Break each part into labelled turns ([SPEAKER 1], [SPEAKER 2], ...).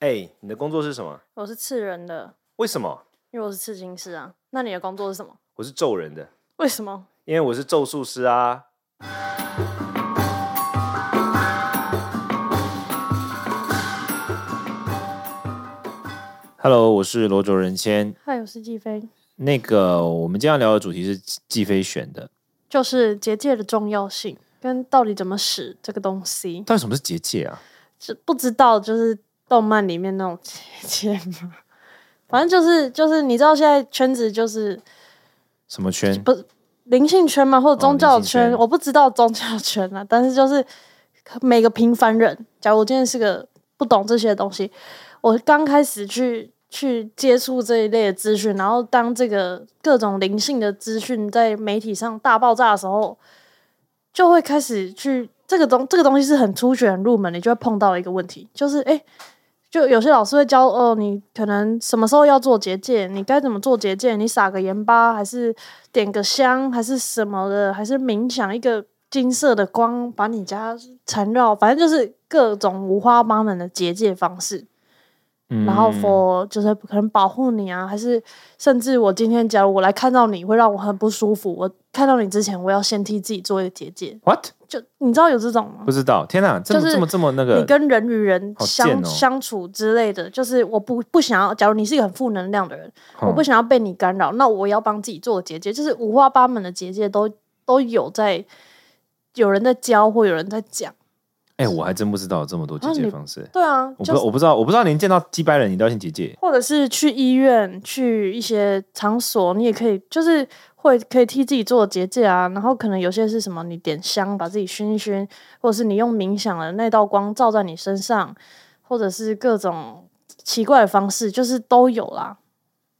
[SPEAKER 1] 哎、你的工作是什么？
[SPEAKER 2] 我是刺人的，
[SPEAKER 1] 为什么？
[SPEAKER 2] 因为我是刺青师啊。那你的工作是什么？
[SPEAKER 1] 我是咒人的，
[SPEAKER 2] 为什么？
[SPEAKER 1] 因为我是咒术师啊。Hello，我是罗卓仁谦。
[SPEAKER 2] 嗨，我是季飞，
[SPEAKER 1] 那个，我们今天要聊的主题是季飞选的。
[SPEAKER 2] 就是结界的重要性跟到底怎么使这个东西，
[SPEAKER 1] 到底什么是结界啊？
[SPEAKER 2] 这不知道就是动漫里面那种 结界吗？反正就是就是你知道现在圈子就是
[SPEAKER 1] 什么圈？
[SPEAKER 2] 不灵性圈嘛，或者宗
[SPEAKER 1] 哦
[SPEAKER 2] 教
[SPEAKER 1] 灵
[SPEAKER 2] 圈，
[SPEAKER 1] 性圈
[SPEAKER 2] 我不知道宗教圈啊， 但是就是每个平凡人，假如我今天是个不懂这些东西，我刚开始去去接触这一类的资讯，然后当这个各种灵性的资讯在媒体上大爆炸的时候，就会开始去这个东这个东西是很初学、很入门，你就会碰到一个问题，就是诶，就有些老师会教哦，你可能什么时候要做结界，你该怎么做结界，你撒个盐巴，还是点个香，还是什么的，还是冥想一个金色的光把你家缠绕，反正就是各种五花八门的结界方式。
[SPEAKER 1] 嗯
[SPEAKER 2] 然后 for 就是可能保护你啊，还是甚至我今天假如我来看到你会让我很不舒服，我看到你之前我要先替自己做一个结界，
[SPEAKER 1] What？
[SPEAKER 2] 就你知道有这种吗
[SPEAKER 1] 不？知道。天哪，这么、
[SPEAKER 2] 就是
[SPEAKER 1] 这么这么那
[SPEAKER 2] 你
[SPEAKER 1] 个，
[SPEAKER 2] 跟人与人
[SPEAKER 1] 好
[SPEAKER 2] 相、
[SPEAKER 1] 贱哦
[SPEAKER 2] 相处之类的，就是我不不想要。假如你是一个很负能量的人，
[SPEAKER 1] 嗯
[SPEAKER 2] 我不想要被你干扰，那我要帮自己做个结界，就是五花八门的结界都都有在，有人在教或有人在讲。
[SPEAKER 1] 哎、我还真不知道有这么多结
[SPEAKER 2] 啊
[SPEAKER 1] 界
[SPEAKER 2] 你
[SPEAKER 1] 方式。
[SPEAKER 2] 对啊，
[SPEAKER 1] 我不知
[SPEAKER 2] 就
[SPEAKER 1] 道，
[SPEAKER 2] 是
[SPEAKER 1] 我不知道，我不知道，连见到击败人，你都要先结界。
[SPEAKER 2] 或者是去医院、去一些场所，你也可以，就是会可以替自己做结界啊。然后可能有些是什么，你点香把自己熏一熏，或者是你用冥想的那道光照在你身上，或者是各种奇怪的方式，就是都有啦。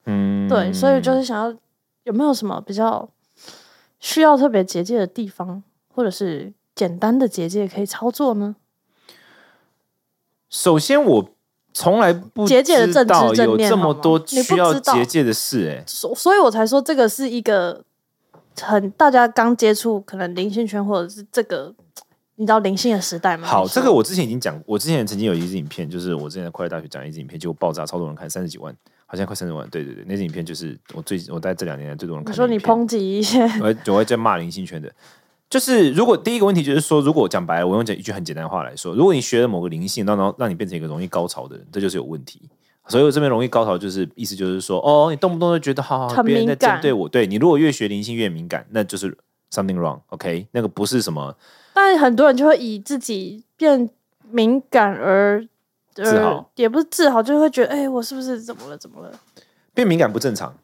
[SPEAKER 1] 嗯，
[SPEAKER 2] 对，所以就是想要有没有什么比较需要特别结界的地方，或者是简单的结界可以操作呢？
[SPEAKER 1] 首先我从来不
[SPEAKER 2] 结界的
[SPEAKER 1] 知
[SPEAKER 2] 政治
[SPEAKER 1] 道
[SPEAKER 2] 正
[SPEAKER 1] 有
[SPEAKER 2] 面
[SPEAKER 1] 这
[SPEAKER 2] 好
[SPEAKER 1] 么
[SPEAKER 2] 吗
[SPEAKER 1] 多
[SPEAKER 2] 你不
[SPEAKER 1] 需要
[SPEAKER 2] 知道
[SPEAKER 1] 结界的事、哎，
[SPEAKER 2] 所所以我才说这个是一个很大家刚接触可能灵性圈或者是这个你知道灵性的时代吗？
[SPEAKER 1] 好，
[SPEAKER 2] 你说
[SPEAKER 1] 这个我之前已经讲，我之前曾经有一支影片，就是我之前在快乐大学讲一支影片，结果爆炸，超多人看，三十几万，好像快三十万。对对对，那支影片就是我最我在这两年来最多人看的
[SPEAKER 2] 你说
[SPEAKER 1] 影片。
[SPEAKER 2] 你抨击一些
[SPEAKER 1] 我会我会在骂林信圈的。就是如果第一个问题就是说，如果讲白了，我用讲一句很简单的话来说，如果你学了某个灵性，让让让你变成一个容易高潮的人，这就是有问题。所以我这边容易高潮，就是意思就是说，哦，你动不动就觉得好好，
[SPEAKER 2] 很
[SPEAKER 1] 别人在
[SPEAKER 2] 敏感
[SPEAKER 1] 针对我，对你如果越学灵性越敏感，那就是 something wrong，OK？、那个不是什么
[SPEAKER 2] 但很多人就会以自己变敏感而。
[SPEAKER 1] 自
[SPEAKER 2] 而
[SPEAKER 1] 豪
[SPEAKER 2] 也不是自豪，就会觉得，哎、我是不是怎么了？怎么了？
[SPEAKER 1] 变敏感不正常，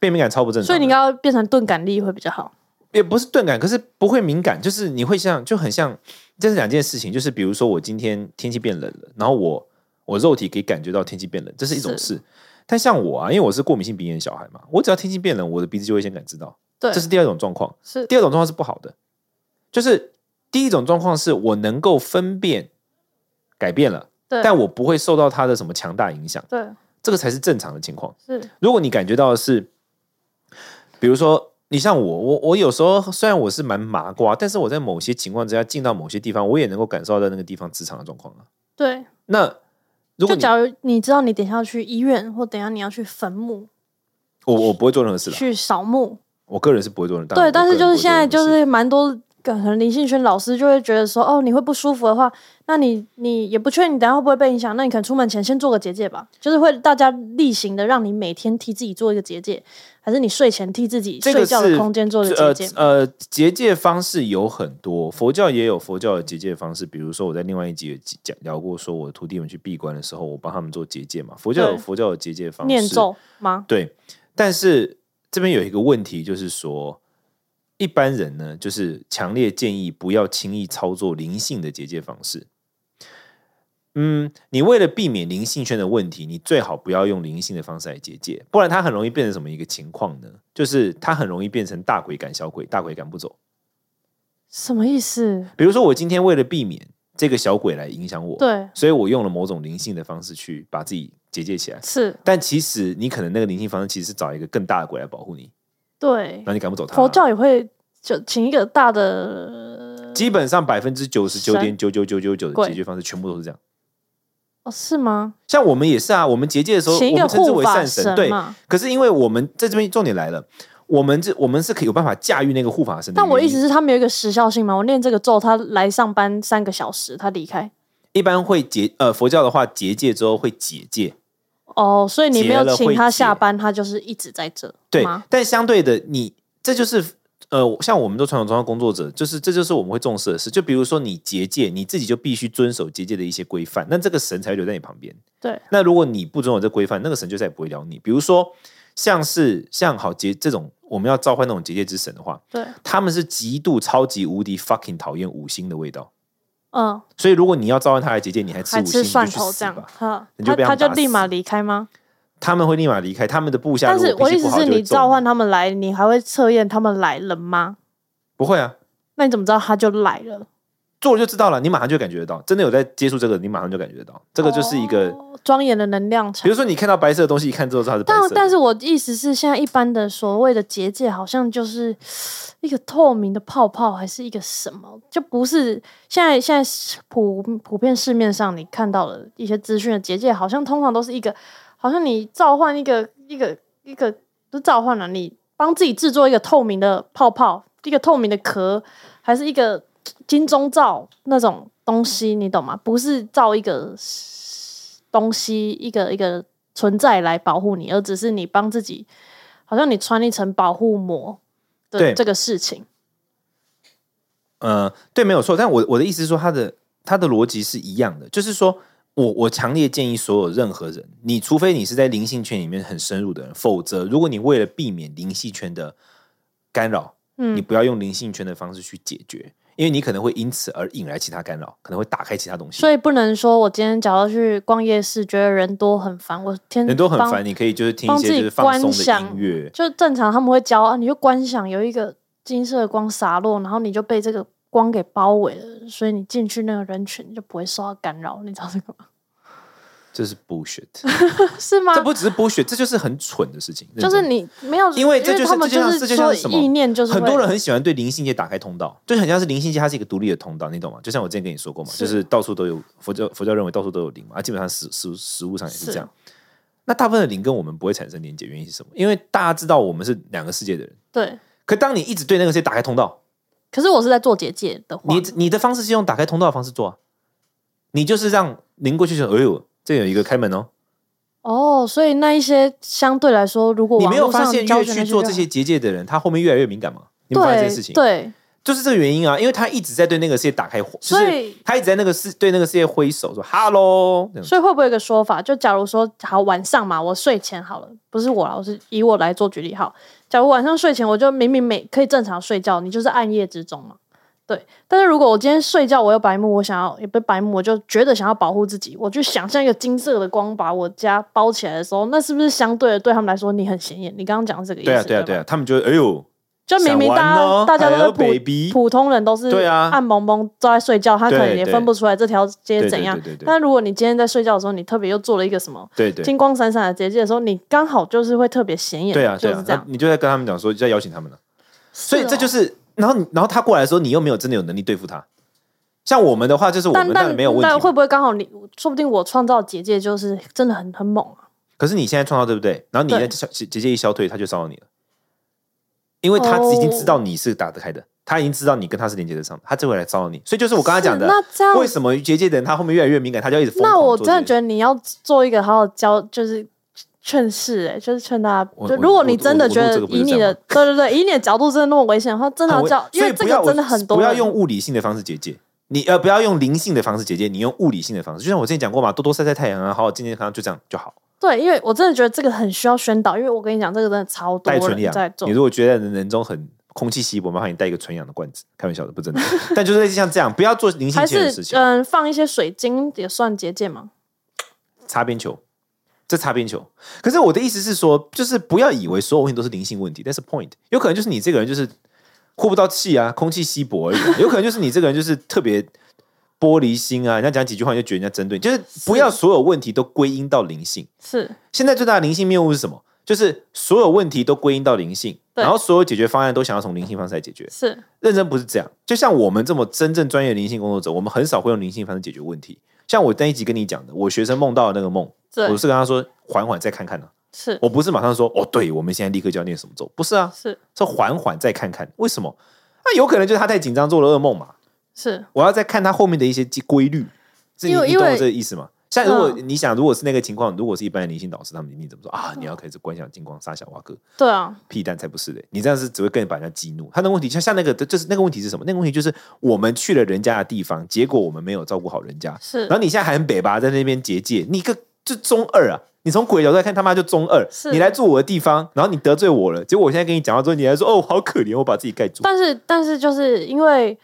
[SPEAKER 1] 变敏感超不正常的。
[SPEAKER 2] 所以你应该要变成钝感力会比较好。
[SPEAKER 1] 也不是钝感，可是不会敏感，就是你会像就很像，这是两件事情。就是比如说，我今天天气变冷了，然后我我肉体可以感觉到天气变冷，这是一种事。但像我啊，因为我是过敏性鼻炎小孩嘛，我只要天气变冷，我的鼻子就会先感知到，
[SPEAKER 2] 对，
[SPEAKER 1] 这是第二种状况。
[SPEAKER 2] 是
[SPEAKER 1] 第二种状况是不好的，就是第一种状况是我能够分辨改变了，
[SPEAKER 2] 对
[SPEAKER 1] 但我不会受到它的什么强大影响，
[SPEAKER 2] 对，
[SPEAKER 1] 这个才是正常的情况。
[SPEAKER 2] 是
[SPEAKER 1] 如果你感觉到的是，比如说你像我，我我有时候虽然我是蛮麻瓜，但是我在某些情况之下进到某些地方，我也能够感受到那个地方磁场的状况啊。
[SPEAKER 2] 对。
[SPEAKER 1] 那如
[SPEAKER 2] 就
[SPEAKER 1] 果你
[SPEAKER 2] 假如你知道你等一下要去医院，或等一下你要去坟墓、
[SPEAKER 1] 我我不会做任何事了，
[SPEAKER 2] 去扫墓，
[SPEAKER 1] 我个人是不会做任何当
[SPEAKER 2] 对，
[SPEAKER 1] 然
[SPEAKER 2] 但
[SPEAKER 1] 我
[SPEAKER 2] 是
[SPEAKER 1] 个人不
[SPEAKER 2] 就是
[SPEAKER 1] 会做
[SPEAKER 2] 现在
[SPEAKER 1] 任何
[SPEAKER 2] 就
[SPEAKER 1] 事
[SPEAKER 2] 是蛮多。可能林信轩老师就会觉得说，哦，你会不舒服的话，那你你也不确定你等一下会不会被影响，那你可能出门前先做个结界吧，就是会大家例行的让你每天替自己做一个结界，还是你睡前替自己
[SPEAKER 1] 这个
[SPEAKER 2] 睡觉的
[SPEAKER 1] 是
[SPEAKER 2] 空间做一
[SPEAKER 1] 呃
[SPEAKER 2] 个结界，
[SPEAKER 1] 呃，结界方式有很多，佛教也有佛教的结界方式。比如说，我在另外一集有讲聊过，说我的徒弟们去闭关的时候，我帮他们做结界嘛。佛教有
[SPEAKER 2] 对
[SPEAKER 1] 佛教的结界方式，
[SPEAKER 2] 念咒吗？
[SPEAKER 1] 对，但是这边有一个问题，就是说，一般人呢，就是强烈建议不要轻易操作灵性的结界方式。嗯，你为了避免灵性圈的问题，你最好不要用灵性的方式来结界，不然它很容易变成什么一个情况呢？就是它很容易变成大鬼赶小鬼，大鬼赶不走。
[SPEAKER 2] 什么意思？
[SPEAKER 1] 比如说，我今天为了避免这个小鬼来影响我，
[SPEAKER 2] 对，
[SPEAKER 1] 所以我用了某种灵性的方式去把自己结界起来。
[SPEAKER 2] 是，
[SPEAKER 1] 但其实你可能那个灵性方式其实是找一个更大的鬼来保护你，
[SPEAKER 2] 对
[SPEAKER 1] 然，后你赶不走他。
[SPEAKER 2] 佛教也会就请一个大的
[SPEAKER 1] 基本上百分之九十九点
[SPEAKER 2] 神
[SPEAKER 1] 九九九九九的
[SPEAKER 2] 鬼
[SPEAKER 1] 解决方式全部都是这样，
[SPEAKER 2] 哦，是吗？
[SPEAKER 1] 像我们也是啊，我们结界的时候，
[SPEAKER 2] 请一
[SPEAKER 1] 我
[SPEAKER 2] 个
[SPEAKER 1] 们称之
[SPEAKER 2] 护
[SPEAKER 1] 为
[SPEAKER 2] 法
[SPEAKER 1] 善神，对。
[SPEAKER 2] 嘛。
[SPEAKER 1] 可是因为我们在这边重点来了，我们这我们是可以有办法驾驭那个护法神的原
[SPEAKER 2] 但
[SPEAKER 1] 因。
[SPEAKER 2] 我的意思是，他们有一个时效性嘛。我念这个咒，他来上班三个小时，他离开。
[SPEAKER 1] 一般会结呃佛教的话，结界之后会解戒，
[SPEAKER 2] 哦，所以你没有
[SPEAKER 1] 结了
[SPEAKER 2] 请
[SPEAKER 1] 会
[SPEAKER 2] 他
[SPEAKER 1] 结
[SPEAKER 2] 下班，他就是一直在这，
[SPEAKER 1] 对
[SPEAKER 2] 吗？。
[SPEAKER 1] 但相对的，你这就是呃，像我们做传统宗教工作者，就是这就是我们会重视的事。就比如说你结界，你自己就必须遵守结界的一些规范，那这个神才会留在你旁边。
[SPEAKER 2] 对，
[SPEAKER 1] 那如果你不遵守这规范，那个神就再也不会聊你。比如说，像是像好结这种，我们要召唤那种结界之神的话，
[SPEAKER 2] 对，
[SPEAKER 1] 他们是极度超级无敌 fucking 讨厌五星的味道。
[SPEAKER 2] 嗯，
[SPEAKER 1] 所以如果你要召唤他来结界，你还吃
[SPEAKER 2] 还
[SPEAKER 1] 五星，
[SPEAKER 2] 吃
[SPEAKER 1] 你
[SPEAKER 2] 蒜
[SPEAKER 1] 就去
[SPEAKER 2] 头这
[SPEAKER 1] 死
[SPEAKER 2] 样，
[SPEAKER 1] 吧。
[SPEAKER 2] 哈，
[SPEAKER 1] 你
[SPEAKER 2] 他
[SPEAKER 1] 就被他
[SPEAKER 2] 他
[SPEAKER 1] 们
[SPEAKER 2] 就
[SPEAKER 1] 打
[SPEAKER 2] 立马
[SPEAKER 1] 死
[SPEAKER 2] 离开吗？
[SPEAKER 1] 他们会立马离开，他们的部下
[SPEAKER 2] 但
[SPEAKER 1] 如果
[SPEAKER 2] 是
[SPEAKER 1] 脾气
[SPEAKER 2] 我的意思
[SPEAKER 1] 不好
[SPEAKER 2] 是
[SPEAKER 1] 就会
[SPEAKER 2] 你
[SPEAKER 1] 揍
[SPEAKER 2] 召唤他们来，你还会测验他们来了吗？
[SPEAKER 1] 不会啊，
[SPEAKER 2] 那你怎么知道他就来了？
[SPEAKER 1] 做了就知道了，你马上就感觉得到，真的有在接触这个，你马上就感觉得到，这个就是一个，
[SPEAKER 2] 哦庄严的能量
[SPEAKER 1] 比
[SPEAKER 2] 场
[SPEAKER 1] 如。说你看到白色的东西，一看之后知道它是白
[SPEAKER 2] 但
[SPEAKER 1] 色的，
[SPEAKER 2] 但是我的意思是，现在一般的所谓的结界，好像就是一个透明的泡泡，还是一个什么，就不是现在现在是普普遍市面上你看到的一些资讯的结界，好像通常都是一个，好像你召唤一个一个一个，不是召唤了、你帮自己制作一个透明的泡泡，一个透明的壳，还是一个金钟罩那种东
[SPEAKER 1] 嗯
[SPEAKER 2] 西，你懂吗？不是造一个东西，一个一个存在来保护你，而只是你帮自己，好像你穿一层保护膜的
[SPEAKER 1] 对
[SPEAKER 2] 这个事情。
[SPEAKER 1] 呃，对，没有错。但我我的意思是说，它的它的逻辑是一样的，就是说我我强烈建议所有任何人，你除非你是在灵性圈里面很深入的人，否则如果你为了避免灵性圈的干扰，
[SPEAKER 2] 嗯
[SPEAKER 1] 你不要用灵性圈的方式去解决，因为你可能会因此而引来其他干扰，可能会打开其他东西
[SPEAKER 2] 所。以不能说我今天假如去逛夜市，觉得人多很烦，我天
[SPEAKER 1] 人都很
[SPEAKER 2] 帮
[SPEAKER 1] 烦，你可以就是听
[SPEAKER 2] 帮
[SPEAKER 1] 一
[SPEAKER 2] 自己
[SPEAKER 1] 些就是放松的
[SPEAKER 2] 观想
[SPEAKER 1] 音乐，
[SPEAKER 2] 就正常他们会教啊，你就观想有一个金色的光洒落，然后你就被这个光给包围了，所以你进去那个人群你就不会受到干扰，你知道这个吗？
[SPEAKER 1] 这是 bullshit，
[SPEAKER 2] 是吗
[SPEAKER 1] 这？不只是 bullshit，这就是很蠢的事情。认
[SPEAKER 2] 就
[SPEAKER 1] 真
[SPEAKER 2] 是你没有，
[SPEAKER 1] 因为这就是
[SPEAKER 2] 他们
[SPEAKER 1] 这就像
[SPEAKER 2] 是
[SPEAKER 1] 这就像
[SPEAKER 2] 说
[SPEAKER 1] 是什么
[SPEAKER 2] 意念就是会
[SPEAKER 1] 很多人很喜欢对灵性界打开通道，就很像是灵性界它是一个独立的通道，你懂吗？就像我之前跟你说过嘛，
[SPEAKER 2] 是
[SPEAKER 1] 就是到处都有佛教佛教认为到处都有灵嘛，啊，基本上实实实物上也是
[SPEAKER 2] 是
[SPEAKER 1] 这样。那大部分的灵跟我们不会产生连接，原因是什么？因为大家知道我们是两个世界的人，
[SPEAKER 2] 对，
[SPEAKER 1] 可当你一直对那个世界打开通道，
[SPEAKER 2] 可是我是在做结界的话，
[SPEAKER 1] 你你的方式是用打开通道的方式做、啊，你就是让灵过去说，哎呦，这有一个开门哦。
[SPEAKER 2] 哦，所以那一些相对来说，如果
[SPEAKER 1] 你
[SPEAKER 2] 网
[SPEAKER 1] 没有
[SPEAKER 2] 络
[SPEAKER 1] 发
[SPEAKER 2] 上
[SPEAKER 1] 现
[SPEAKER 2] 教
[SPEAKER 1] 越
[SPEAKER 2] 学
[SPEAKER 1] 去
[SPEAKER 2] 那
[SPEAKER 1] 做
[SPEAKER 2] 就
[SPEAKER 1] 这些结界的人，他后面越来越敏感吗？你们发现这件事情？
[SPEAKER 2] 对，
[SPEAKER 1] 就是这个原因啊，因为他一直在对那个世界打开，就
[SPEAKER 2] 所以
[SPEAKER 1] 是他一直在那个世对那个世界挥手说 “hello”，这
[SPEAKER 2] 对
[SPEAKER 1] 样
[SPEAKER 2] 所以会不会有个说法，就假如说好晚上嘛，我睡前好了，不是我啦，我是以我来做举例好，假如晚上睡前，我就明明没可以正常睡觉，你就是暗夜之中嘛。对，但是如果我今天睡觉，我有白目，我想要也不是白目，我就觉得想要保护自己，我就想象一个金色的光把我家包起来的时候，那是不是相对的对他们来说你很显眼？你刚刚讲的这个意思，
[SPEAKER 1] 对啊，对啊，
[SPEAKER 2] 吧
[SPEAKER 1] 对啊，他们就会哎呦，
[SPEAKER 2] 就明明大家、
[SPEAKER 1] 想玩哦
[SPEAKER 2] 大家都是普、
[SPEAKER 1] 哎呦 baby
[SPEAKER 2] 普通人都是
[SPEAKER 1] 对啊
[SPEAKER 2] 暗蒙蒙都在睡觉，他可
[SPEAKER 1] 对
[SPEAKER 2] 能也
[SPEAKER 1] 对
[SPEAKER 2] 分不出来这条街怎样
[SPEAKER 1] 对对对对。对
[SPEAKER 2] 但如果你今天在睡觉的时候，你特别又做了一个什么
[SPEAKER 1] 对对
[SPEAKER 2] 金光闪闪的结界的时候，你刚好就是会特别显眼，
[SPEAKER 1] 对啊，
[SPEAKER 2] 就
[SPEAKER 1] 对
[SPEAKER 2] 是
[SPEAKER 1] 啊，
[SPEAKER 2] 这
[SPEAKER 1] 那
[SPEAKER 2] 样。
[SPEAKER 1] 你就在跟他们讲说，就在邀请他们了。所以
[SPEAKER 2] 哦
[SPEAKER 1] 这就是，然后你然后他过来的时候，你又没有真的有能力对付他。像我们的话，就是我
[SPEAKER 2] 但
[SPEAKER 1] 们当
[SPEAKER 2] 但
[SPEAKER 1] 然没有问
[SPEAKER 2] 但
[SPEAKER 1] 题
[SPEAKER 2] 会
[SPEAKER 1] 嘛，
[SPEAKER 2] 不会刚好你说不定我创造结界就是真的很很猛啊？
[SPEAKER 1] 可是你现在创造对不对？然后你
[SPEAKER 2] 对
[SPEAKER 1] 在消结结界一消退，他就骚扰你了，因为他已经知道你是打得开
[SPEAKER 2] 哦
[SPEAKER 1] 的，他已经知道你跟他是连接得上的，他就会来骚扰你。所以就是我刚才讲的
[SPEAKER 2] 是，那这样
[SPEAKER 1] 为什么结界的人他后面越来越敏感，他就一直疯狂
[SPEAKER 2] 那我
[SPEAKER 1] 做
[SPEAKER 2] 真的
[SPEAKER 1] 这
[SPEAKER 2] 觉
[SPEAKER 1] 件事
[SPEAKER 2] 得你要做一个好好教，就是劝世、欸，就是劝大家，
[SPEAKER 1] 我
[SPEAKER 2] 就
[SPEAKER 1] 我
[SPEAKER 2] 如果
[SPEAKER 1] 我
[SPEAKER 2] 你
[SPEAKER 1] 我
[SPEAKER 2] 真的
[SPEAKER 1] 我
[SPEAKER 2] 觉
[SPEAKER 1] 录
[SPEAKER 2] 得
[SPEAKER 1] 这个不
[SPEAKER 2] 以
[SPEAKER 1] 是
[SPEAKER 2] 你
[SPEAKER 1] 这样
[SPEAKER 2] 的
[SPEAKER 1] 吗
[SPEAKER 2] 对对对，以你的角度真的那么危险的话，真的
[SPEAKER 1] 很
[SPEAKER 2] 要
[SPEAKER 1] 危
[SPEAKER 2] 教，
[SPEAKER 1] 啊所
[SPEAKER 2] 因为
[SPEAKER 1] 以
[SPEAKER 2] 这
[SPEAKER 1] 不
[SPEAKER 2] 个
[SPEAKER 1] 要
[SPEAKER 2] 真的很多
[SPEAKER 1] 不
[SPEAKER 2] 人。
[SPEAKER 1] 要用物理性的方式结界，你呃不要用灵性的方式结界，你用物理性的方式，就像我之前讲过嘛，多多晒晒太阳啊，好好健健康康，就这样就好。
[SPEAKER 2] 对，因为我真的觉得这个很需要宣导，因为我跟你讲，这个真的超多
[SPEAKER 1] 带纯
[SPEAKER 2] 人
[SPEAKER 1] 氧
[SPEAKER 2] 在，做
[SPEAKER 1] 你。如果觉得人人中很空气稀薄，麻烦你带一个纯氧的罐子，开玩笑的，不 真的。但就是类似像这样，不要做灵性
[SPEAKER 2] 还
[SPEAKER 1] 圈的
[SPEAKER 2] 是
[SPEAKER 1] 事情，
[SPEAKER 2] 嗯，放一些水晶也算结界吗？
[SPEAKER 1] 擦边球。这擦边球，可是我的意思是说，就是不要以为所有问题都是灵性问题，但是 point 有可能就是你这个人就是呼不到气啊，空气稀薄而已啊、有可能就是你这个人就是特别玻璃心啊，人家讲几句话你就觉得人家针对你，就是不要所有问题都归因到灵性。
[SPEAKER 2] 是
[SPEAKER 1] 现在最大的灵性谬误是什么？就是所有问题都归因到灵性，
[SPEAKER 2] 对
[SPEAKER 1] 然后所有解决方案都想要从灵性方式来解决。
[SPEAKER 2] 是，
[SPEAKER 1] 认真不是这样，就像我们这么真正专业的灵性工作者，我们很少会用灵性方式解决问题，像我那一集跟你讲的，我学生梦到的那个梦，
[SPEAKER 2] 对
[SPEAKER 1] 我，是跟他说缓缓再看看呢、
[SPEAKER 2] 是
[SPEAKER 1] 我不是马上说哦，对我们现在立刻就要念什么咒，不是啊，
[SPEAKER 2] 是
[SPEAKER 1] 是缓缓再看看。为什么？那、有可能就是他太紧张做了噩梦嘛。
[SPEAKER 2] 是，
[SPEAKER 1] 我要再看他后面的一些机规律，是你
[SPEAKER 2] 因为
[SPEAKER 1] 你
[SPEAKER 2] 因
[SPEAKER 1] 懂我
[SPEAKER 2] 为嗯
[SPEAKER 1] 这个意思吗？像如果、你想，如果是那个情况，如果是一般的灵性导师，他们一定怎么说啊？你要开始观想金光杀小蛙哥，
[SPEAKER 2] 对啊，
[SPEAKER 1] 屁蛋才不是嘞！你这样是只会更把人家激怒。他的问题像像那个，就是那个问题是什么？那个问题就是我们去了人家的地方，结果我们没有照顾好人家，
[SPEAKER 2] 是
[SPEAKER 1] 然后你现在还很北吧，在那边结界，你个就中二啊！你从鬼角度来看，他妈就中二
[SPEAKER 2] 是。
[SPEAKER 1] 你来住我的地方，然后你得罪我了，结果我现在跟你讲话之后，你还说哦，好可怜，我把自己盖住。
[SPEAKER 2] 但是但是就是因为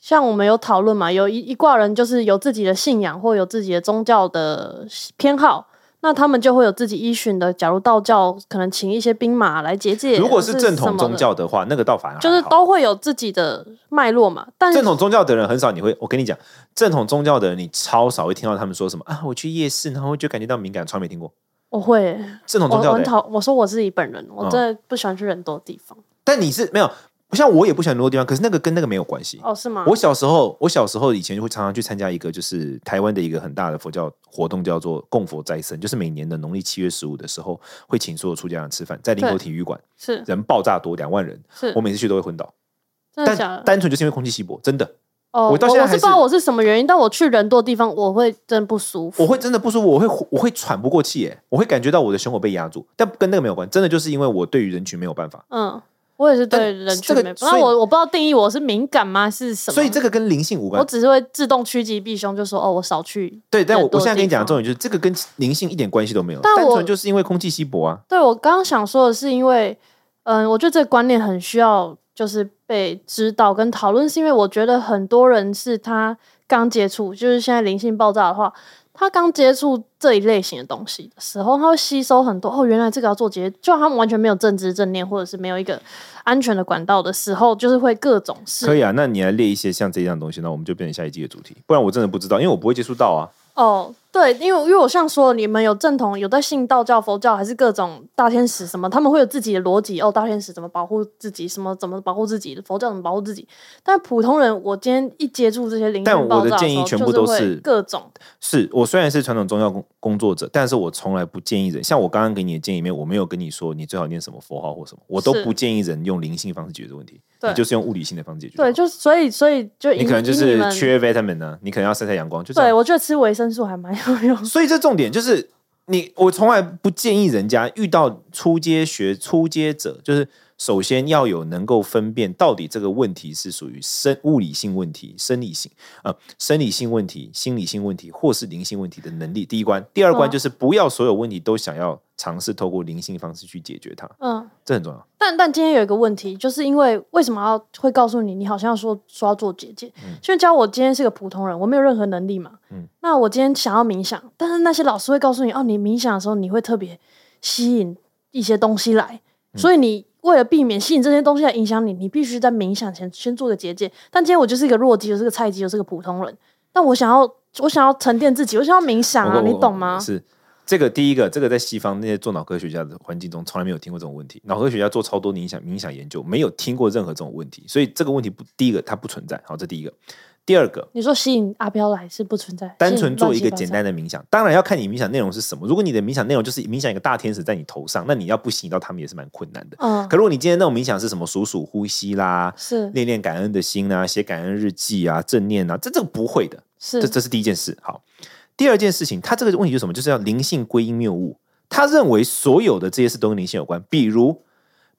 [SPEAKER 2] 像我们有讨论嘛，有一一挂人就是有自己的信仰或有自己的宗教的偏好，那他们就会有自己依循的。假如道教可能请一些兵马来结界，
[SPEAKER 1] 如果
[SPEAKER 2] 是
[SPEAKER 1] 是正
[SPEAKER 2] 什
[SPEAKER 1] 统
[SPEAKER 2] 么
[SPEAKER 1] 宗
[SPEAKER 2] 的，
[SPEAKER 1] 教的话，那个倒反而
[SPEAKER 2] 就是
[SPEAKER 1] 还好
[SPEAKER 2] 都会有自己的脉络嘛。但是
[SPEAKER 1] 正统宗教的人很少，你会我跟你讲，正统宗教的人你超少会听到他们说什么啊，我去夜市，然后就感觉到敏感，从来没听过
[SPEAKER 2] 我会，
[SPEAKER 1] 正统哦
[SPEAKER 2] 我
[SPEAKER 1] 宗教的
[SPEAKER 2] 我很
[SPEAKER 1] 人。
[SPEAKER 2] 讨，我说我自己本人，我
[SPEAKER 1] 嗯
[SPEAKER 2] 真的不喜欢去人多的地方。
[SPEAKER 1] 但你是没有，像我也不喜欢很多地方，可是那个跟那个没有关系。
[SPEAKER 2] 哦，是吗？
[SPEAKER 1] 我小时候，我小时候以前就会常常去参加一个，就是台湾的一个很大的佛教活动，叫做供佛斋僧，就是每年的农历七月十五的时候，会请所有出家人吃饭，在林口
[SPEAKER 2] 对
[SPEAKER 1] 体育馆，
[SPEAKER 2] 是
[SPEAKER 1] 人爆炸多，两万人，
[SPEAKER 2] 是
[SPEAKER 1] 我，每次去都会昏倒，
[SPEAKER 2] 真的假
[SPEAKER 1] 但
[SPEAKER 2] 的？
[SPEAKER 1] 单纯就是因为空气稀薄，真的，
[SPEAKER 2] 哦，
[SPEAKER 1] 我
[SPEAKER 2] 我
[SPEAKER 1] 到现在
[SPEAKER 2] 我
[SPEAKER 1] 还
[SPEAKER 2] 是
[SPEAKER 1] 是
[SPEAKER 2] 不知道我是什么原因，但我去人多的地方，我会真的不舒服。
[SPEAKER 1] 我会真的不舒服，我会我会喘不过气，耶，我会感觉到我的胸口被压住，但跟那个没有关，真的就是因为我对于人群没有办法，
[SPEAKER 2] 嗯，我也是对
[SPEAKER 1] 但
[SPEAKER 2] 人
[SPEAKER 1] 这
[SPEAKER 2] 群
[SPEAKER 1] 个
[SPEAKER 2] 没，
[SPEAKER 1] 所以
[SPEAKER 2] 那我我不知道定义我是敏感吗？是什么？
[SPEAKER 1] 所以这个跟灵性无
[SPEAKER 2] 我
[SPEAKER 1] 关。
[SPEAKER 2] 只是会自动趋吉避凶，就说哦，我少去。
[SPEAKER 1] 对，但我
[SPEAKER 2] 更多
[SPEAKER 1] 我现在跟你讲的
[SPEAKER 2] 地方
[SPEAKER 1] 重点就是这个跟灵性一点关系都没有，
[SPEAKER 2] 但
[SPEAKER 1] 单
[SPEAKER 2] 我
[SPEAKER 1] 纯就是因为空气稀薄啊。
[SPEAKER 2] 对我刚刚想说的是，因为嗯、我觉得这个观念很需要就是被指导跟讨论，是因为我觉得很多人是他刚接触，就是现在灵性爆炸的话。他刚接触这一类型的东西的时候，他会吸收很多哦，原来这个要做结，就他们完全没有正知正念，或者是没有一个安全的管道的时候，就是会各种
[SPEAKER 1] 可
[SPEAKER 2] 事
[SPEAKER 1] 以啊，那你来列一些像这样的东西，那我们就变成下一季的主题。不然我真的不知道，因为我不会接触到啊。
[SPEAKER 2] 哦，对，因为因为我像说，你们有正统，有在信道教、佛教，还是各种大天使什么，他们会有自己的逻辑。哦，大天使怎么保护自己，什么怎么保护自己，佛教怎么保护自己。但普通人，我今天一接触这些灵
[SPEAKER 1] 但
[SPEAKER 2] 性
[SPEAKER 1] 我
[SPEAKER 2] 爆
[SPEAKER 1] 的
[SPEAKER 2] 炸
[SPEAKER 1] 建议
[SPEAKER 2] 时候
[SPEAKER 1] 全
[SPEAKER 2] 就
[SPEAKER 1] 部都
[SPEAKER 2] 会
[SPEAKER 1] 是
[SPEAKER 2] 各种
[SPEAKER 1] 是我虽然是传统宗教工工作者，但是我从来不建议人。像我刚刚给你的建议里面，我没有跟你说你最好念什么佛号或什么，我都
[SPEAKER 2] 是
[SPEAKER 1] 不建议人用灵性方式解决这个问题，
[SPEAKER 2] 对
[SPEAKER 1] 你就是用物理性的方式解决就好。
[SPEAKER 2] 对，就是所以所以就
[SPEAKER 1] 你
[SPEAKER 2] 以
[SPEAKER 1] 可能就
[SPEAKER 2] 以你
[SPEAKER 1] 是
[SPEAKER 2] 们
[SPEAKER 1] 缺 vitamin 呢、你可能要晒晒阳光，就这
[SPEAKER 2] 对
[SPEAKER 1] 样。
[SPEAKER 2] 我觉得吃维生素还蛮有用的。
[SPEAKER 1] 所以这重点就是你，我从来不建议人家遇到初阶学初阶者，就是首先要有能够分辨到底这个问题是属于生物理性问题、生理性呃生理性问题、心理性问题或是灵性问题的能力。第一关，第二关
[SPEAKER 2] 嗯
[SPEAKER 1] 就是不要所有问题都想要尝试透过灵性方式去解决它，
[SPEAKER 2] 嗯，
[SPEAKER 1] 这很重要。
[SPEAKER 2] 但但今天有一个问题，就是因为为什么要会告诉你，你好像说说要做结界，因为教我今天是个普通人，我没有任何能力嘛。
[SPEAKER 1] 嗯
[SPEAKER 2] 那我今天想要冥想，但是那些老师会告诉你，哦，你冥想的时候你会特别吸引一些东西来，
[SPEAKER 1] 嗯
[SPEAKER 2] 所以你为了避免吸引这些东西来影响你，你必须在冥想前先做个结界。但今天我就是一个弱鸡，我是个菜鸡，我是个普通人，但我想要我想要沉淀自己，我想要冥想啊，
[SPEAKER 1] 我
[SPEAKER 2] 你懂吗？
[SPEAKER 1] 是这个第一个，这个在西方那些做脑科学家的环境中，从来没有听过这种问题。脑科学家做超多冥想冥想研究，没有听过任何这种问题，所以这个问题不，第一个它不存在。好，这第一个。第二个，
[SPEAKER 2] 你说吸引阿飘来是不存在，
[SPEAKER 1] 单
[SPEAKER 2] 吸引
[SPEAKER 1] 纯做
[SPEAKER 2] 乱
[SPEAKER 1] 一
[SPEAKER 2] 七
[SPEAKER 1] 个
[SPEAKER 2] 八
[SPEAKER 1] 简
[SPEAKER 2] 糟
[SPEAKER 1] 单的冥想，当然要看你冥想内容是什么。如果你的冥想内容就是冥想一个大天使在你头上，那你要不吸引到他们也是蛮困难的。
[SPEAKER 2] 嗯
[SPEAKER 1] 可如果你今天那种冥想是什么数数呼吸啦，
[SPEAKER 2] 是
[SPEAKER 1] 练练感恩的心啊，写感恩日记啊，正念啊，这这个不会的。
[SPEAKER 2] 是
[SPEAKER 1] 这这是第一件事。好，第二件事情，他这个问题是什么？就是要灵性归因谬误。他认为所有的这些事都跟灵性有关，比如，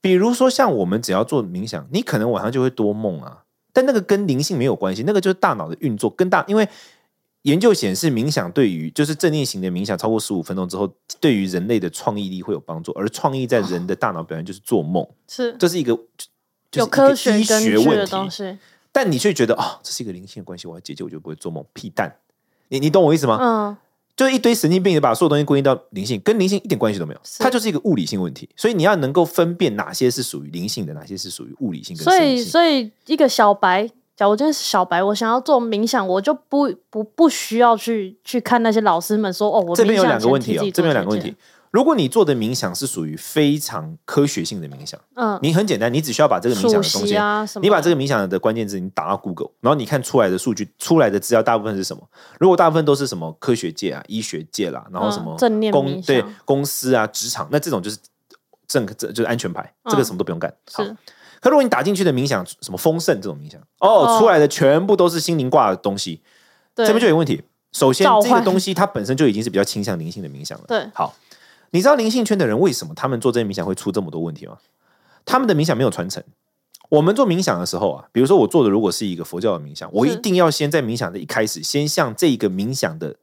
[SPEAKER 1] 比如说像我们只要做冥想，你可能晚上就会多梦啊，但那个跟灵性没有关系，那个就是大脑的运作跟大，因为研究显示冥想对于就是正念型的冥想超过十五分钟之后，对于人类的创意力会有帮助，而创意在人的大脑表现就是做梦，
[SPEAKER 2] 是
[SPEAKER 1] 这是一个就是一
[SPEAKER 2] 有
[SPEAKER 1] 个
[SPEAKER 2] 科学
[SPEAKER 1] 医
[SPEAKER 2] 根
[SPEAKER 1] 学
[SPEAKER 2] 据
[SPEAKER 1] 问
[SPEAKER 2] 的
[SPEAKER 1] 题，
[SPEAKER 2] 东西。
[SPEAKER 1] 但你却觉得啊、这是一个灵性的关系，我要解决，我就不会做梦。屁蛋，你你懂我意思吗？
[SPEAKER 2] 嗯，
[SPEAKER 1] 就是一堆神经病的把所有东西归因到灵性，跟灵性一点关系都没有，
[SPEAKER 2] 是
[SPEAKER 1] 它就是一个物理性问题。所以你要能够分辨哪些是属于灵性的，哪些是属于物理性跟
[SPEAKER 2] 所
[SPEAKER 1] 生理
[SPEAKER 2] 以
[SPEAKER 1] 性。
[SPEAKER 2] 所以一个小白假如我今天是小白，我想要做冥想，我就不不不需要去去看那些老师们说哦，我
[SPEAKER 1] 这边有
[SPEAKER 2] 冥想
[SPEAKER 1] 两个
[SPEAKER 2] 前
[SPEAKER 1] 问
[SPEAKER 2] 替
[SPEAKER 1] 题哦
[SPEAKER 2] 自己，
[SPEAKER 1] 这边有
[SPEAKER 2] 做
[SPEAKER 1] 两个问
[SPEAKER 2] 决
[SPEAKER 1] 题
[SPEAKER 2] 定。。
[SPEAKER 1] 如果你做的冥想是属于非常科学性的冥想，
[SPEAKER 2] 嗯，
[SPEAKER 1] 你很简单，你只需要把这个冥想
[SPEAKER 2] 数
[SPEAKER 1] 的东西
[SPEAKER 2] 息啊什么，
[SPEAKER 1] 你把这个冥想的关键字你打到 Google，然后你看出来的数据、出来的资料大部分是什么？如果大部分都是什么科学界啊、医学界啦，然后什么
[SPEAKER 2] 嗯正念冥
[SPEAKER 1] 公
[SPEAKER 2] 想
[SPEAKER 1] 对公司啊、职场，那这种就是正这就是安全牌，
[SPEAKER 2] 嗯
[SPEAKER 1] 这个什么都不用干。好
[SPEAKER 2] 是，
[SPEAKER 1] 可如果你打进去的冥想什么丰盛这种冥想，哦，
[SPEAKER 2] 哦
[SPEAKER 1] 出来的全部都是心灵挂的东西，
[SPEAKER 2] 对，
[SPEAKER 1] 这边就有问题。首先
[SPEAKER 2] 召，
[SPEAKER 1] 这个
[SPEAKER 2] 唤
[SPEAKER 1] 东西它本身就已经是比较倾向灵性的冥想了。
[SPEAKER 2] 对
[SPEAKER 1] 好，你知道灵性圈的人为什么他们做这些冥想会出这么多问题吗？他们的冥想没有传承。我们做冥想的时候啊，比如说我做的如果是一个佛教的冥想，我
[SPEAKER 2] 是
[SPEAKER 1] 一定要先在冥想的一开始，先向这个冥想的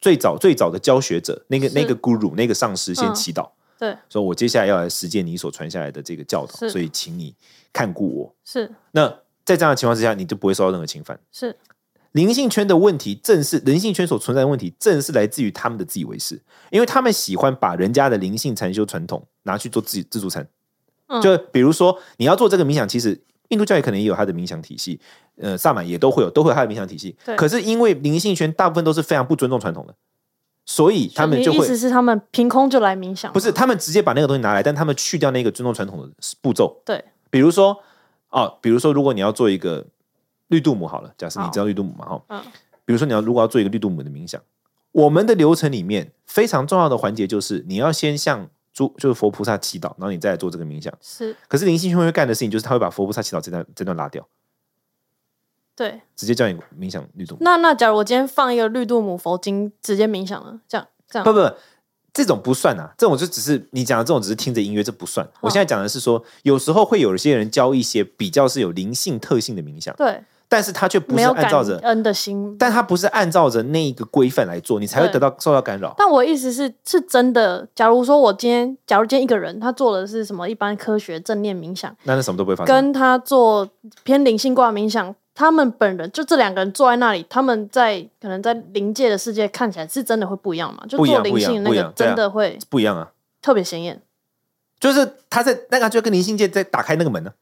[SPEAKER 1] 最早最早的教学者，那个
[SPEAKER 2] 是
[SPEAKER 1] 那个 guru 那个上师先
[SPEAKER 2] 嗯
[SPEAKER 1] 祈祷，
[SPEAKER 2] 对
[SPEAKER 1] 说我接下来要来实践你所传下来的这个教导，
[SPEAKER 2] 是
[SPEAKER 1] 所以请你看顾我。
[SPEAKER 2] 是
[SPEAKER 1] 那在这样的情况之下，你就不会受到任何侵犯。
[SPEAKER 2] 是
[SPEAKER 1] 灵性圈的问题，正是灵性圈所存在的问题，正是来自于他们的自以为是，因为他们喜欢把人家的灵性禅修传统拿去做自己自助餐。
[SPEAKER 2] 嗯
[SPEAKER 1] 就比如说，你要做这个冥想，其实印度教也可能也有它的冥想体系，呃，萨满也都会有，都会有它的冥想体系
[SPEAKER 2] 对。
[SPEAKER 1] 可是因为灵性圈大部分都是非常不尊重传统的，所以他们
[SPEAKER 2] 你
[SPEAKER 1] 就
[SPEAKER 2] 意
[SPEAKER 1] 会
[SPEAKER 2] 思是他们凭空就来冥想吗，
[SPEAKER 1] 不是他们直接把那个东西拿来，但他们去掉那个尊重传统的步骤。
[SPEAKER 2] 对，
[SPEAKER 1] 比如说哦，比如说如果你要做一个绿度母好了，假设你
[SPEAKER 2] 好
[SPEAKER 1] 知道绿度母嘛哈，
[SPEAKER 2] 嗯
[SPEAKER 1] 比如说你要如果要做一个绿度母的冥想，我们的流程里面非常重要的环节就是你要先向诸就是佛菩萨祈祷，然后你再来做这个冥想。
[SPEAKER 2] 是，
[SPEAKER 1] 可是灵性圈会干的事情就是他会把佛菩萨祈祷这段这段拉掉，
[SPEAKER 2] 对。
[SPEAKER 1] 直接叫你冥想绿度母。
[SPEAKER 2] 那那假如我今天放一个绿度母佛经，直接冥想了，这样这
[SPEAKER 1] 不
[SPEAKER 2] 样
[SPEAKER 1] 不不，这种不算啊，这种就只是你讲的这种只是听着音乐，这不算。我现在讲的是说，有时候会有一些人教一些比较是有灵性特性的冥想，
[SPEAKER 2] 对，
[SPEAKER 1] 但是他却不
[SPEAKER 2] 没
[SPEAKER 1] 是
[SPEAKER 2] 有
[SPEAKER 1] 按
[SPEAKER 2] 感
[SPEAKER 1] 照着，
[SPEAKER 2] 恩的心。
[SPEAKER 1] 但他不是按照着那一个规范来做，你才会
[SPEAKER 2] 对
[SPEAKER 1] 得到受到干扰。
[SPEAKER 2] 但我意思是，是真的。假如说我今天，假如今天一个人他做的是什么一般科学正念冥想，
[SPEAKER 1] 那那什么都不会发生。
[SPEAKER 2] 跟他做偏灵性挂冥想，他们本人就这两个人坐在那里，他们在可能在灵界的世界看起来是真的会不一样嘛？就
[SPEAKER 1] 不一样
[SPEAKER 2] 做灵性的
[SPEAKER 1] 不一
[SPEAKER 2] 那
[SPEAKER 1] 样
[SPEAKER 2] 个
[SPEAKER 1] 不一样
[SPEAKER 2] 真的会
[SPEAKER 1] 不一样啊，
[SPEAKER 2] 特别显眼
[SPEAKER 1] 就是他在那个就跟灵性界在打开那个门呢、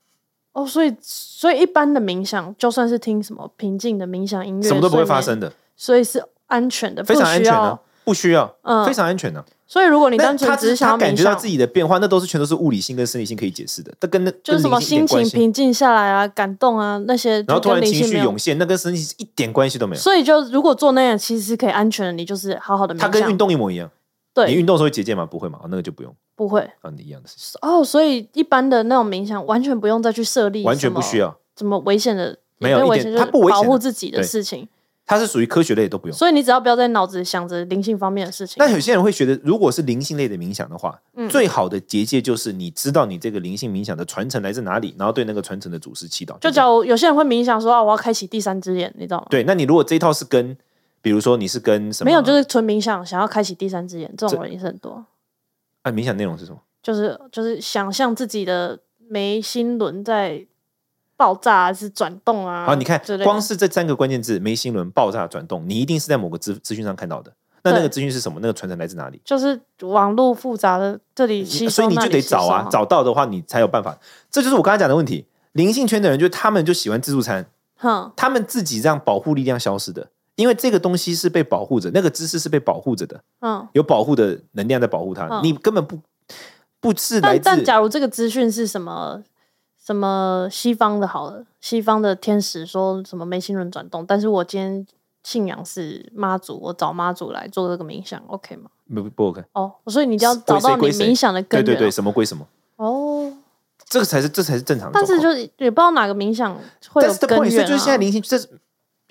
[SPEAKER 2] 哦。所以，所以一般的冥想，就算是听什么平静的冥想音乐，
[SPEAKER 1] 什么都不会发
[SPEAKER 2] 睡
[SPEAKER 1] 生
[SPEAKER 2] 眠，
[SPEAKER 1] 的，
[SPEAKER 2] 所以是安全的，
[SPEAKER 1] 非常
[SPEAKER 2] 不
[SPEAKER 1] 安
[SPEAKER 2] 需
[SPEAKER 1] 全
[SPEAKER 2] 要。
[SPEAKER 1] 啊，不需要，
[SPEAKER 2] 嗯
[SPEAKER 1] 非常安全的、啊。
[SPEAKER 2] 所以，如果你
[SPEAKER 1] 那
[SPEAKER 2] 单纯
[SPEAKER 1] 他
[SPEAKER 2] 只是想
[SPEAKER 1] 他
[SPEAKER 2] 要冥
[SPEAKER 1] 感觉到
[SPEAKER 2] 想
[SPEAKER 1] 自，己的变化，那都是全都是物理性跟生理性可以解释的，那跟那
[SPEAKER 2] 就是什么心情
[SPEAKER 1] 平。
[SPEAKER 2] 平静下来啊、感动啊那些，
[SPEAKER 1] 然
[SPEAKER 2] 就
[SPEAKER 1] 后突
[SPEAKER 2] 跟
[SPEAKER 1] 然
[SPEAKER 2] 灵
[SPEAKER 1] 情
[SPEAKER 2] 性
[SPEAKER 1] 绪
[SPEAKER 2] 没有
[SPEAKER 1] 涌。现，那跟身体是一点关系都没有。
[SPEAKER 2] 所以，就如果做那样，其实是可以安全的。你就是好好的冥
[SPEAKER 1] 它
[SPEAKER 2] 想，
[SPEAKER 1] 跟运动一模一样。你
[SPEAKER 2] 啊对，
[SPEAKER 1] 运动的时候会结界吗？不会嘛？哦那个就不用
[SPEAKER 2] 不会。
[SPEAKER 1] 啊，你一样的事情，
[SPEAKER 2] 哦，所以一般的那种冥想完全不用再去设立，
[SPEAKER 1] 完全不需，要。
[SPEAKER 2] 什么危险的，
[SPEAKER 1] 没有
[SPEAKER 2] 也危
[SPEAKER 1] 一
[SPEAKER 2] 险，
[SPEAKER 1] 点
[SPEAKER 2] 就是
[SPEAKER 1] 它不危
[SPEAKER 2] 保
[SPEAKER 1] 险的
[SPEAKER 2] 护自己的
[SPEAKER 1] 对
[SPEAKER 2] 事情。
[SPEAKER 1] 它是属于科学类的都不用。
[SPEAKER 2] 所以你只要不要在脑子里想着灵性方面的事情啊
[SPEAKER 1] 那。有些人会觉得，如果是灵性类的冥想的话，
[SPEAKER 2] 嗯
[SPEAKER 1] 最好的结界就是你知道你这个灵性冥想的传承来自哪里，然后对那个传承的祖师祈祷。
[SPEAKER 2] 就
[SPEAKER 1] 这样
[SPEAKER 2] 假如有些人会冥想说啊，我要开启第三只眼，你知道吗？
[SPEAKER 1] 对。那你如果这一套是跟，比如说你是跟什么？
[SPEAKER 2] 没有，就是是纯冥想，想要开启第三只眼，这种人也是很多。
[SPEAKER 1] 啊，冥想内容是什么？
[SPEAKER 2] 就是就是想象自己的眉心轮在爆炸啊还是转动啊。
[SPEAKER 1] 好，你看
[SPEAKER 2] 之类，的
[SPEAKER 1] 光是这三个关键字：眉心轮、爆炸、转动，你一定是在某个资资讯上看到的。那那
[SPEAKER 2] 对
[SPEAKER 1] 个资讯是什么？那个传承来自哪里？
[SPEAKER 2] 就是网络复杂的这里吸收，
[SPEAKER 1] 所以你
[SPEAKER 2] 那
[SPEAKER 1] 就
[SPEAKER 2] 里
[SPEAKER 1] 得
[SPEAKER 2] 吸
[SPEAKER 1] 找
[SPEAKER 2] 收
[SPEAKER 1] 啊，找到的话你才有办法。这就是我刚才讲的问题。灵性圈的人，就他们就喜欢自助餐，
[SPEAKER 2] 哼，
[SPEAKER 1] 他们自己让保护力量消失的，因为这个东西是被保护着，那个知识是被保护着的，
[SPEAKER 2] 嗯。
[SPEAKER 1] 有保护的能量在保护它，
[SPEAKER 2] 嗯
[SPEAKER 1] 你根本不不是来
[SPEAKER 2] 但
[SPEAKER 1] 自
[SPEAKER 2] 但假如这个资讯是什么什么西方的，好了，西方的天使说什么眉心轮转动，但是我今天信仰是妈祖，我找妈祖来做这个冥想，OK 吗？
[SPEAKER 1] 不不 OK，
[SPEAKER 2] 哦，所以你就要找到你
[SPEAKER 1] 归谁归谁
[SPEAKER 2] 冥想的根
[SPEAKER 1] 对
[SPEAKER 2] 源、
[SPEAKER 1] 对对，什么归什么，
[SPEAKER 2] 哦，
[SPEAKER 1] 这个才是这才是正常的
[SPEAKER 2] 但
[SPEAKER 1] 状
[SPEAKER 2] 是
[SPEAKER 1] 况。
[SPEAKER 2] 就是也不知道哪个冥想会
[SPEAKER 1] 但
[SPEAKER 2] 有
[SPEAKER 1] 是
[SPEAKER 2] 根
[SPEAKER 1] point 是，
[SPEAKER 2] 源、啊。
[SPEAKER 1] 就是现在灵性这是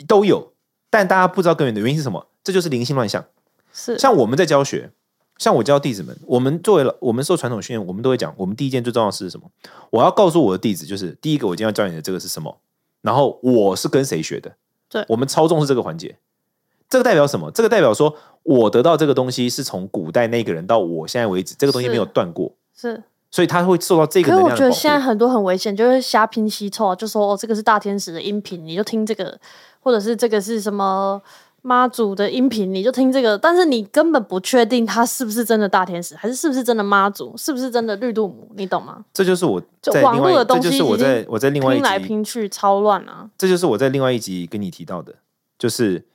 [SPEAKER 1] 都有，但大家不知道根源的原因是什么，这就是灵性乱象。
[SPEAKER 2] 是
[SPEAKER 1] 像我们在教学，像我教弟子们，我们作为老我们受传统训练，我们都会讲，我们第一件最重要的事是什么？我要告诉我的弟子，就是第一个，我今天要教你的这个是什么，然后我是跟谁学的，
[SPEAKER 2] 对
[SPEAKER 1] 我们超重视这个环节。这个代表什么？这个代表说我得到这个东西是从古代那个人到我现在为止，这个东西
[SPEAKER 2] 是
[SPEAKER 1] 没有断过，
[SPEAKER 2] 是，
[SPEAKER 1] 所以他会受到这个
[SPEAKER 2] 可是
[SPEAKER 1] 能
[SPEAKER 2] 我
[SPEAKER 1] 量
[SPEAKER 2] 觉
[SPEAKER 1] 的
[SPEAKER 2] 得
[SPEAKER 1] 保
[SPEAKER 2] 现在
[SPEAKER 1] 护。
[SPEAKER 2] 很多很危险，就是瞎拼稀凑啊，就说哦，这个是大天使的音频，你就听这个，或者是这个是什么妈祖的音频，你就听这个，但是你根本不确定他是不是真的大天使，还是是不是真的妈祖，是不是真的绿度母，你懂吗？
[SPEAKER 1] 这就是我
[SPEAKER 2] 就
[SPEAKER 1] 在
[SPEAKER 2] 网
[SPEAKER 1] 另外
[SPEAKER 2] 络
[SPEAKER 1] 一，
[SPEAKER 2] 的东
[SPEAKER 1] 这就
[SPEAKER 2] 西
[SPEAKER 1] 是我
[SPEAKER 2] 已经
[SPEAKER 1] 在我在另外一
[SPEAKER 2] 拼来
[SPEAKER 1] 集，
[SPEAKER 2] 拼去超乱啊！
[SPEAKER 1] 这就是我在另外一集跟你提到的，就是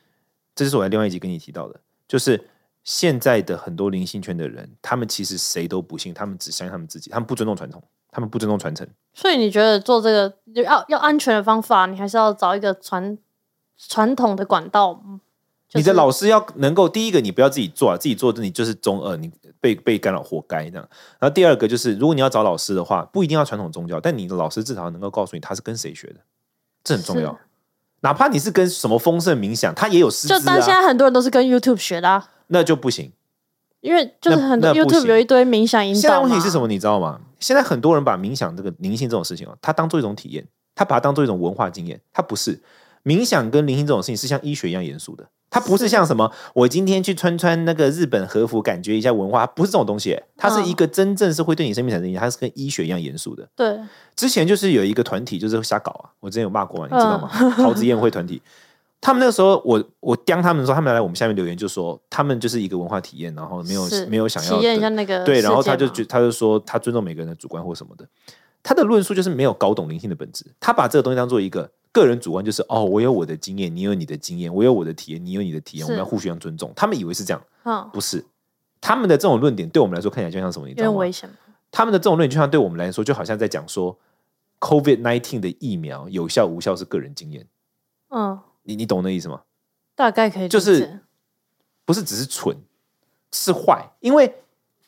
[SPEAKER 1] 这就是我在另外一集跟你提到的，就是现在的很多灵性圈的人，他们其实谁都不信，他们只相信他们自己，他们不尊重传统，他们不尊重传承。
[SPEAKER 2] 所以你觉得做这个要要安全的方法，你还是要找一个传传统的管道？嗯就是
[SPEAKER 1] 你的老师要能够，第一个你不要自己做啊，自己做你就是中二，你被被干扰活该这样。然后第二个就是，如果你要找老师的话，不一定要传统宗教，但你的老师至少能够告诉你他是跟谁学的，这很重要
[SPEAKER 2] 是。
[SPEAKER 1] 哪怕你是跟什么丰盛冥想，他也有师资
[SPEAKER 2] 就但现
[SPEAKER 1] 啊，
[SPEAKER 2] 在很多人都是跟 YouTube 学的、啊，
[SPEAKER 1] 那就不行。
[SPEAKER 2] 因为就是
[SPEAKER 1] 那
[SPEAKER 2] 很多
[SPEAKER 1] 那不行
[SPEAKER 2] YouTube 有一堆冥想引导
[SPEAKER 1] 现在问题是什
[SPEAKER 2] 么？
[SPEAKER 1] 么，你知道吗？现在很多人把冥想这个灵性这种事情哦，他当做一种体验，他把它当做一种文化经验，他不是冥想跟灵性这种事情是像医学一样严肃的，它不是像什么我今天去穿穿那个日本和服感觉一下文化，它不是这种东西，它
[SPEAKER 2] 嗯
[SPEAKER 1] 是一个真正是会对你生命产生影响，它是跟医学一样严肃的。
[SPEAKER 2] 对，
[SPEAKER 1] 之前就是有一个团体就是瞎搞啊，我之前有骂过啊，你知道吗？
[SPEAKER 2] 嗯
[SPEAKER 1] 桃子宴会团体，他们那时候我我刁他们的时候，他们来我们下面留言就说他们就是一个文化体验，然后没有
[SPEAKER 2] 是
[SPEAKER 1] 没有想要
[SPEAKER 2] 体验一
[SPEAKER 1] 的
[SPEAKER 2] 下那个
[SPEAKER 1] 对，然后
[SPEAKER 2] 世界
[SPEAKER 1] 他就
[SPEAKER 2] 嘛
[SPEAKER 1] 觉他就说他尊重每个人的主观或什么的，他的论述就是没有搞懂灵性的本质，他把这个东西当做一个个人主观，就是哦，我有我的经验，你有你的经验，我有我的体验，你有你的体验，我
[SPEAKER 2] 是
[SPEAKER 1] 们要互相尊重。他们以为是这样，
[SPEAKER 2] 嗯，
[SPEAKER 1] 不是。他们的这种论点对我们来说看起来就像什么？你
[SPEAKER 2] 有
[SPEAKER 1] 知道
[SPEAKER 2] 点
[SPEAKER 1] 吗
[SPEAKER 2] 危？险。
[SPEAKER 1] 他们的这种论点就像对我们来说，就好像在讲说 COVID nineteen 的疫苗有效无效是个人经验，
[SPEAKER 2] 嗯，
[SPEAKER 1] 你你懂那意思吗？
[SPEAKER 2] 大概可以理解
[SPEAKER 1] 就是不是只是蠢，是坏，因为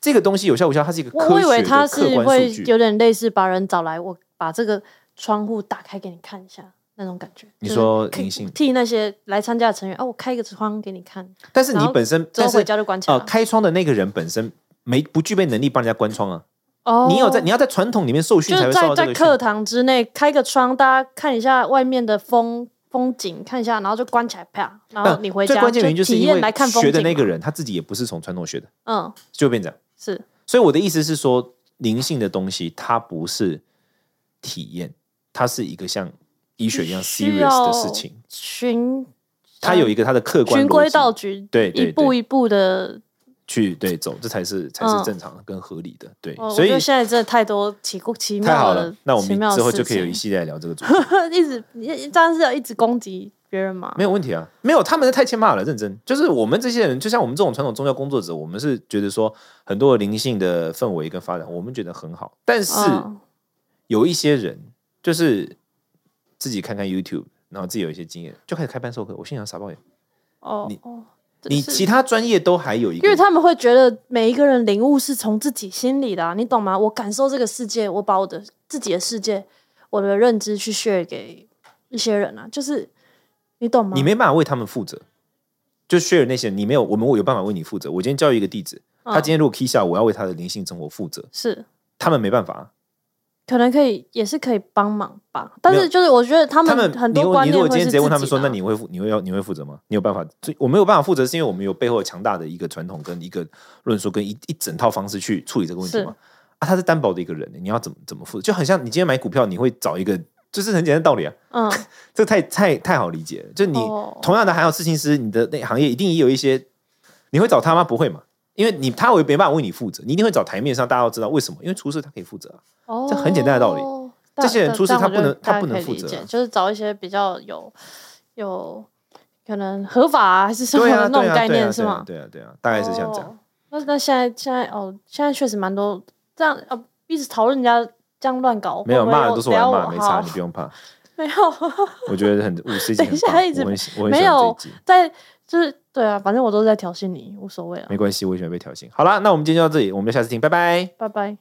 [SPEAKER 1] 这个东西有效无效，它是一个
[SPEAKER 2] 我
[SPEAKER 1] 科
[SPEAKER 2] 我以
[SPEAKER 1] 学
[SPEAKER 2] 为
[SPEAKER 1] 的
[SPEAKER 2] 他是
[SPEAKER 1] 客观
[SPEAKER 2] 会
[SPEAKER 1] 数据。
[SPEAKER 2] 有点类似把人找来，我把这个窗户打开给你看一下那种感觉。
[SPEAKER 1] 你
[SPEAKER 2] 就是
[SPEAKER 1] 说
[SPEAKER 2] 可以
[SPEAKER 1] 灵性
[SPEAKER 2] 替那些来参加的成员啊，我开一个窗给你看，
[SPEAKER 1] 但是你
[SPEAKER 2] 然后
[SPEAKER 1] 本身，
[SPEAKER 2] 之
[SPEAKER 1] 但
[SPEAKER 2] 后
[SPEAKER 1] 是
[SPEAKER 2] 回家就关起来
[SPEAKER 1] 呃，
[SPEAKER 2] 了。
[SPEAKER 1] 开窗的那个人本身没不具备能力帮人家关窗啊。
[SPEAKER 2] 哦，
[SPEAKER 1] 你有在你要在传统里面受训
[SPEAKER 2] 就
[SPEAKER 1] 才会
[SPEAKER 2] 是
[SPEAKER 1] 受
[SPEAKER 2] 在
[SPEAKER 1] 到这
[SPEAKER 2] 在
[SPEAKER 1] 个
[SPEAKER 2] 课
[SPEAKER 1] 训。
[SPEAKER 2] 堂之内开个窗，大家看一下外面的风风景，看一下，然后就关起来啪，然后
[SPEAKER 1] 嗯
[SPEAKER 2] 你回家
[SPEAKER 1] 最关键原因就是
[SPEAKER 2] 体
[SPEAKER 1] 因
[SPEAKER 2] 验
[SPEAKER 1] 为
[SPEAKER 2] 来看风
[SPEAKER 1] 学
[SPEAKER 2] 景
[SPEAKER 1] 的那个
[SPEAKER 2] 嘛，
[SPEAKER 1] 人他自己也不是从传统学的，
[SPEAKER 2] 嗯，
[SPEAKER 1] 就会变这样。
[SPEAKER 2] 是
[SPEAKER 1] 所以我的意思是说，灵性的东西它不是体验，它是一个像医学一样
[SPEAKER 2] 需
[SPEAKER 1] serious
[SPEAKER 2] 要
[SPEAKER 1] 的事情，
[SPEAKER 2] 循
[SPEAKER 1] 它有一个它的客观
[SPEAKER 2] 循
[SPEAKER 1] 逻
[SPEAKER 2] 规
[SPEAKER 1] 辑
[SPEAKER 2] 蹈矩，
[SPEAKER 1] 对对
[SPEAKER 2] 一步一步的
[SPEAKER 1] 去对走，这才是才是
[SPEAKER 2] 嗯
[SPEAKER 1] 正常的跟合理的。对
[SPEAKER 2] 哦，
[SPEAKER 1] 所以
[SPEAKER 2] 我觉得现在真的太多奇故奇
[SPEAKER 1] 太
[SPEAKER 2] 妙
[SPEAKER 1] 好
[SPEAKER 2] 的
[SPEAKER 1] 了，那我
[SPEAKER 2] 奇
[SPEAKER 1] 们
[SPEAKER 2] 妙的
[SPEAKER 1] 之后就可以有
[SPEAKER 2] 事
[SPEAKER 1] 一
[SPEAKER 2] 情
[SPEAKER 1] 系列来聊这个主题。
[SPEAKER 2] 一直你这样是要一直攻击别人吗？
[SPEAKER 1] 没有问题啊，没有，他们太欠骂了，认真。就是我们这些人，就像我们这种传统宗教工作者，我们是觉得说很多灵性的氛围跟发展，我们觉得很好。但是
[SPEAKER 2] 嗯
[SPEAKER 1] 有一些人，就是自己看看 YouTube，然后自己有一些经验，就开始开班授课。我心想傻爆眼，
[SPEAKER 2] 哦
[SPEAKER 1] 你
[SPEAKER 2] 哦，
[SPEAKER 1] 你
[SPEAKER 2] 就是
[SPEAKER 1] 其他专业都还有一个，
[SPEAKER 2] 因为他们会觉得每一个人领悟是从自己心里的、啊，你懂吗？我感受这个世界，我把我的自己的世界、我的认知去 share 给一些人啊，就是你懂吗？
[SPEAKER 1] 你没办法为他们负责。就 share 那些你没有，我们我有办法为你负责。我今天教育一个弟子，
[SPEAKER 2] 嗯
[SPEAKER 1] 他今天如果 key 下，我要为他的灵性生活负责，
[SPEAKER 2] 是
[SPEAKER 1] 他们没办法啊。
[SPEAKER 2] 可能可以，也是可以帮忙吧。但
[SPEAKER 1] 没
[SPEAKER 2] 是
[SPEAKER 1] 有
[SPEAKER 2] 就是我觉得他
[SPEAKER 1] 他
[SPEAKER 2] 们
[SPEAKER 1] 们
[SPEAKER 2] 很
[SPEAKER 1] 你
[SPEAKER 2] 多
[SPEAKER 1] 如
[SPEAKER 2] 观
[SPEAKER 1] 你如
[SPEAKER 2] 念
[SPEAKER 1] 果
[SPEAKER 2] 会
[SPEAKER 1] 今天
[SPEAKER 2] 是
[SPEAKER 1] 直接问他们
[SPEAKER 2] 自己
[SPEAKER 1] 说，
[SPEAKER 2] 的
[SPEAKER 1] 那
[SPEAKER 2] 啊
[SPEAKER 1] 你会负你会要你会负责吗？你有办法？所以我没有办法负责，是因为我们有背后有强大的一个传统跟一个论述跟一一整套方式去处理这个问题
[SPEAKER 2] 是
[SPEAKER 1] 嘛。啊，他是单薄的一个人，你要怎么怎么负责？就很像你今天买股票，你会找一个，就是很简单的道理啊，
[SPEAKER 2] 嗯，
[SPEAKER 1] 这太太太好理解了。就你、
[SPEAKER 2] 哦
[SPEAKER 1] 同样的，还有事情师，你的那行业一定也有一些，你会找他吗？不会嘛？因为你他会没办法为你负责，你一定会找台面上大家都知道为什么？因为厨师他可以负责啊。
[SPEAKER 2] 哦
[SPEAKER 1] 这很简单的道理
[SPEAKER 2] 但
[SPEAKER 1] 这些人
[SPEAKER 2] 但
[SPEAKER 1] 出事
[SPEAKER 2] 但
[SPEAKER 1] 他
[SPEAKER 2] 我
[SPEAKER 1] 不
[SPEAKER 2] 觉得
[SPEAKER 1] 能他
[SPEAKER 2] 大家
[SPEAKER 1] 不能
[SPEAKER 2] 可以
[SPEAKER 1] 负
[SPEAKER 2] 理
[SPEAKER 1] 责
[SPEAKER 2] 解
[SPEAKER 1] 啊
[SPEAKER 2] 就是找一些比较有有可能合法、啊、还是什么
[SPEAKER 1] 对
[SPEAKER 2] 的
[SPEAKER 1] 啊，
[SPEAKER 2] 那
[SPEAKER 1] 对
[SPEAKER 2] 种
[SPEAKER 1] 啊，
[SPEAKER 2] 概
[SPEAKER 1] 对啊，
[SPEAKER 2] 念是
[SPEAKER 1] 对啊
[SPEAKER 2] 吗，？
[SPEAKER 1] 对啊，对啊，大概是像这样。
[SPEAKER 2] 哦。那那现在现在哦，现在确实蛮多这样呃，一直讨论人家这样乱 搞，
[SPEAKER 1] 没有
[SPEAKER 2] 会不会
[SPEAKER 1] 骂人
[SPEAKER 2] 又
[SPEAKER 1] 都是
[SPEAKER 2] 等
[SPEAKER 1] 我来
[SPEAKER 2] 下
[SPEAKER 1] 骂，没差，
[SPEAKER 2] 好
[SPEAKER 1] 你不用怕。
[SPEAKER 2] 没有
[SPEAKER 1] 我觉得很，我是一件
[SPEAKER 2] 等一
[SPEAKER 1] 很
[SPEAKER 2] 下
[SPEAKER 1] 棒，
[SPEAKER 2] 一直
[SPEAKER 1] 我很喜我很喜
[SPEAKER 2] 没
[SPEAKER 1] 欢
[SPEAKER 2] 有
[SPEAKER 1] 这一集，
[SPEAKER 2] 在就是对啊，反正我都是在挑衅你，无所谓了啊
[SPEAKER 1] 没，关系，我也喜欢被挑衅。好啦，那我们今天就到这里，我们就下次听，拜拜。
[SPEAKER 2] 拜拜。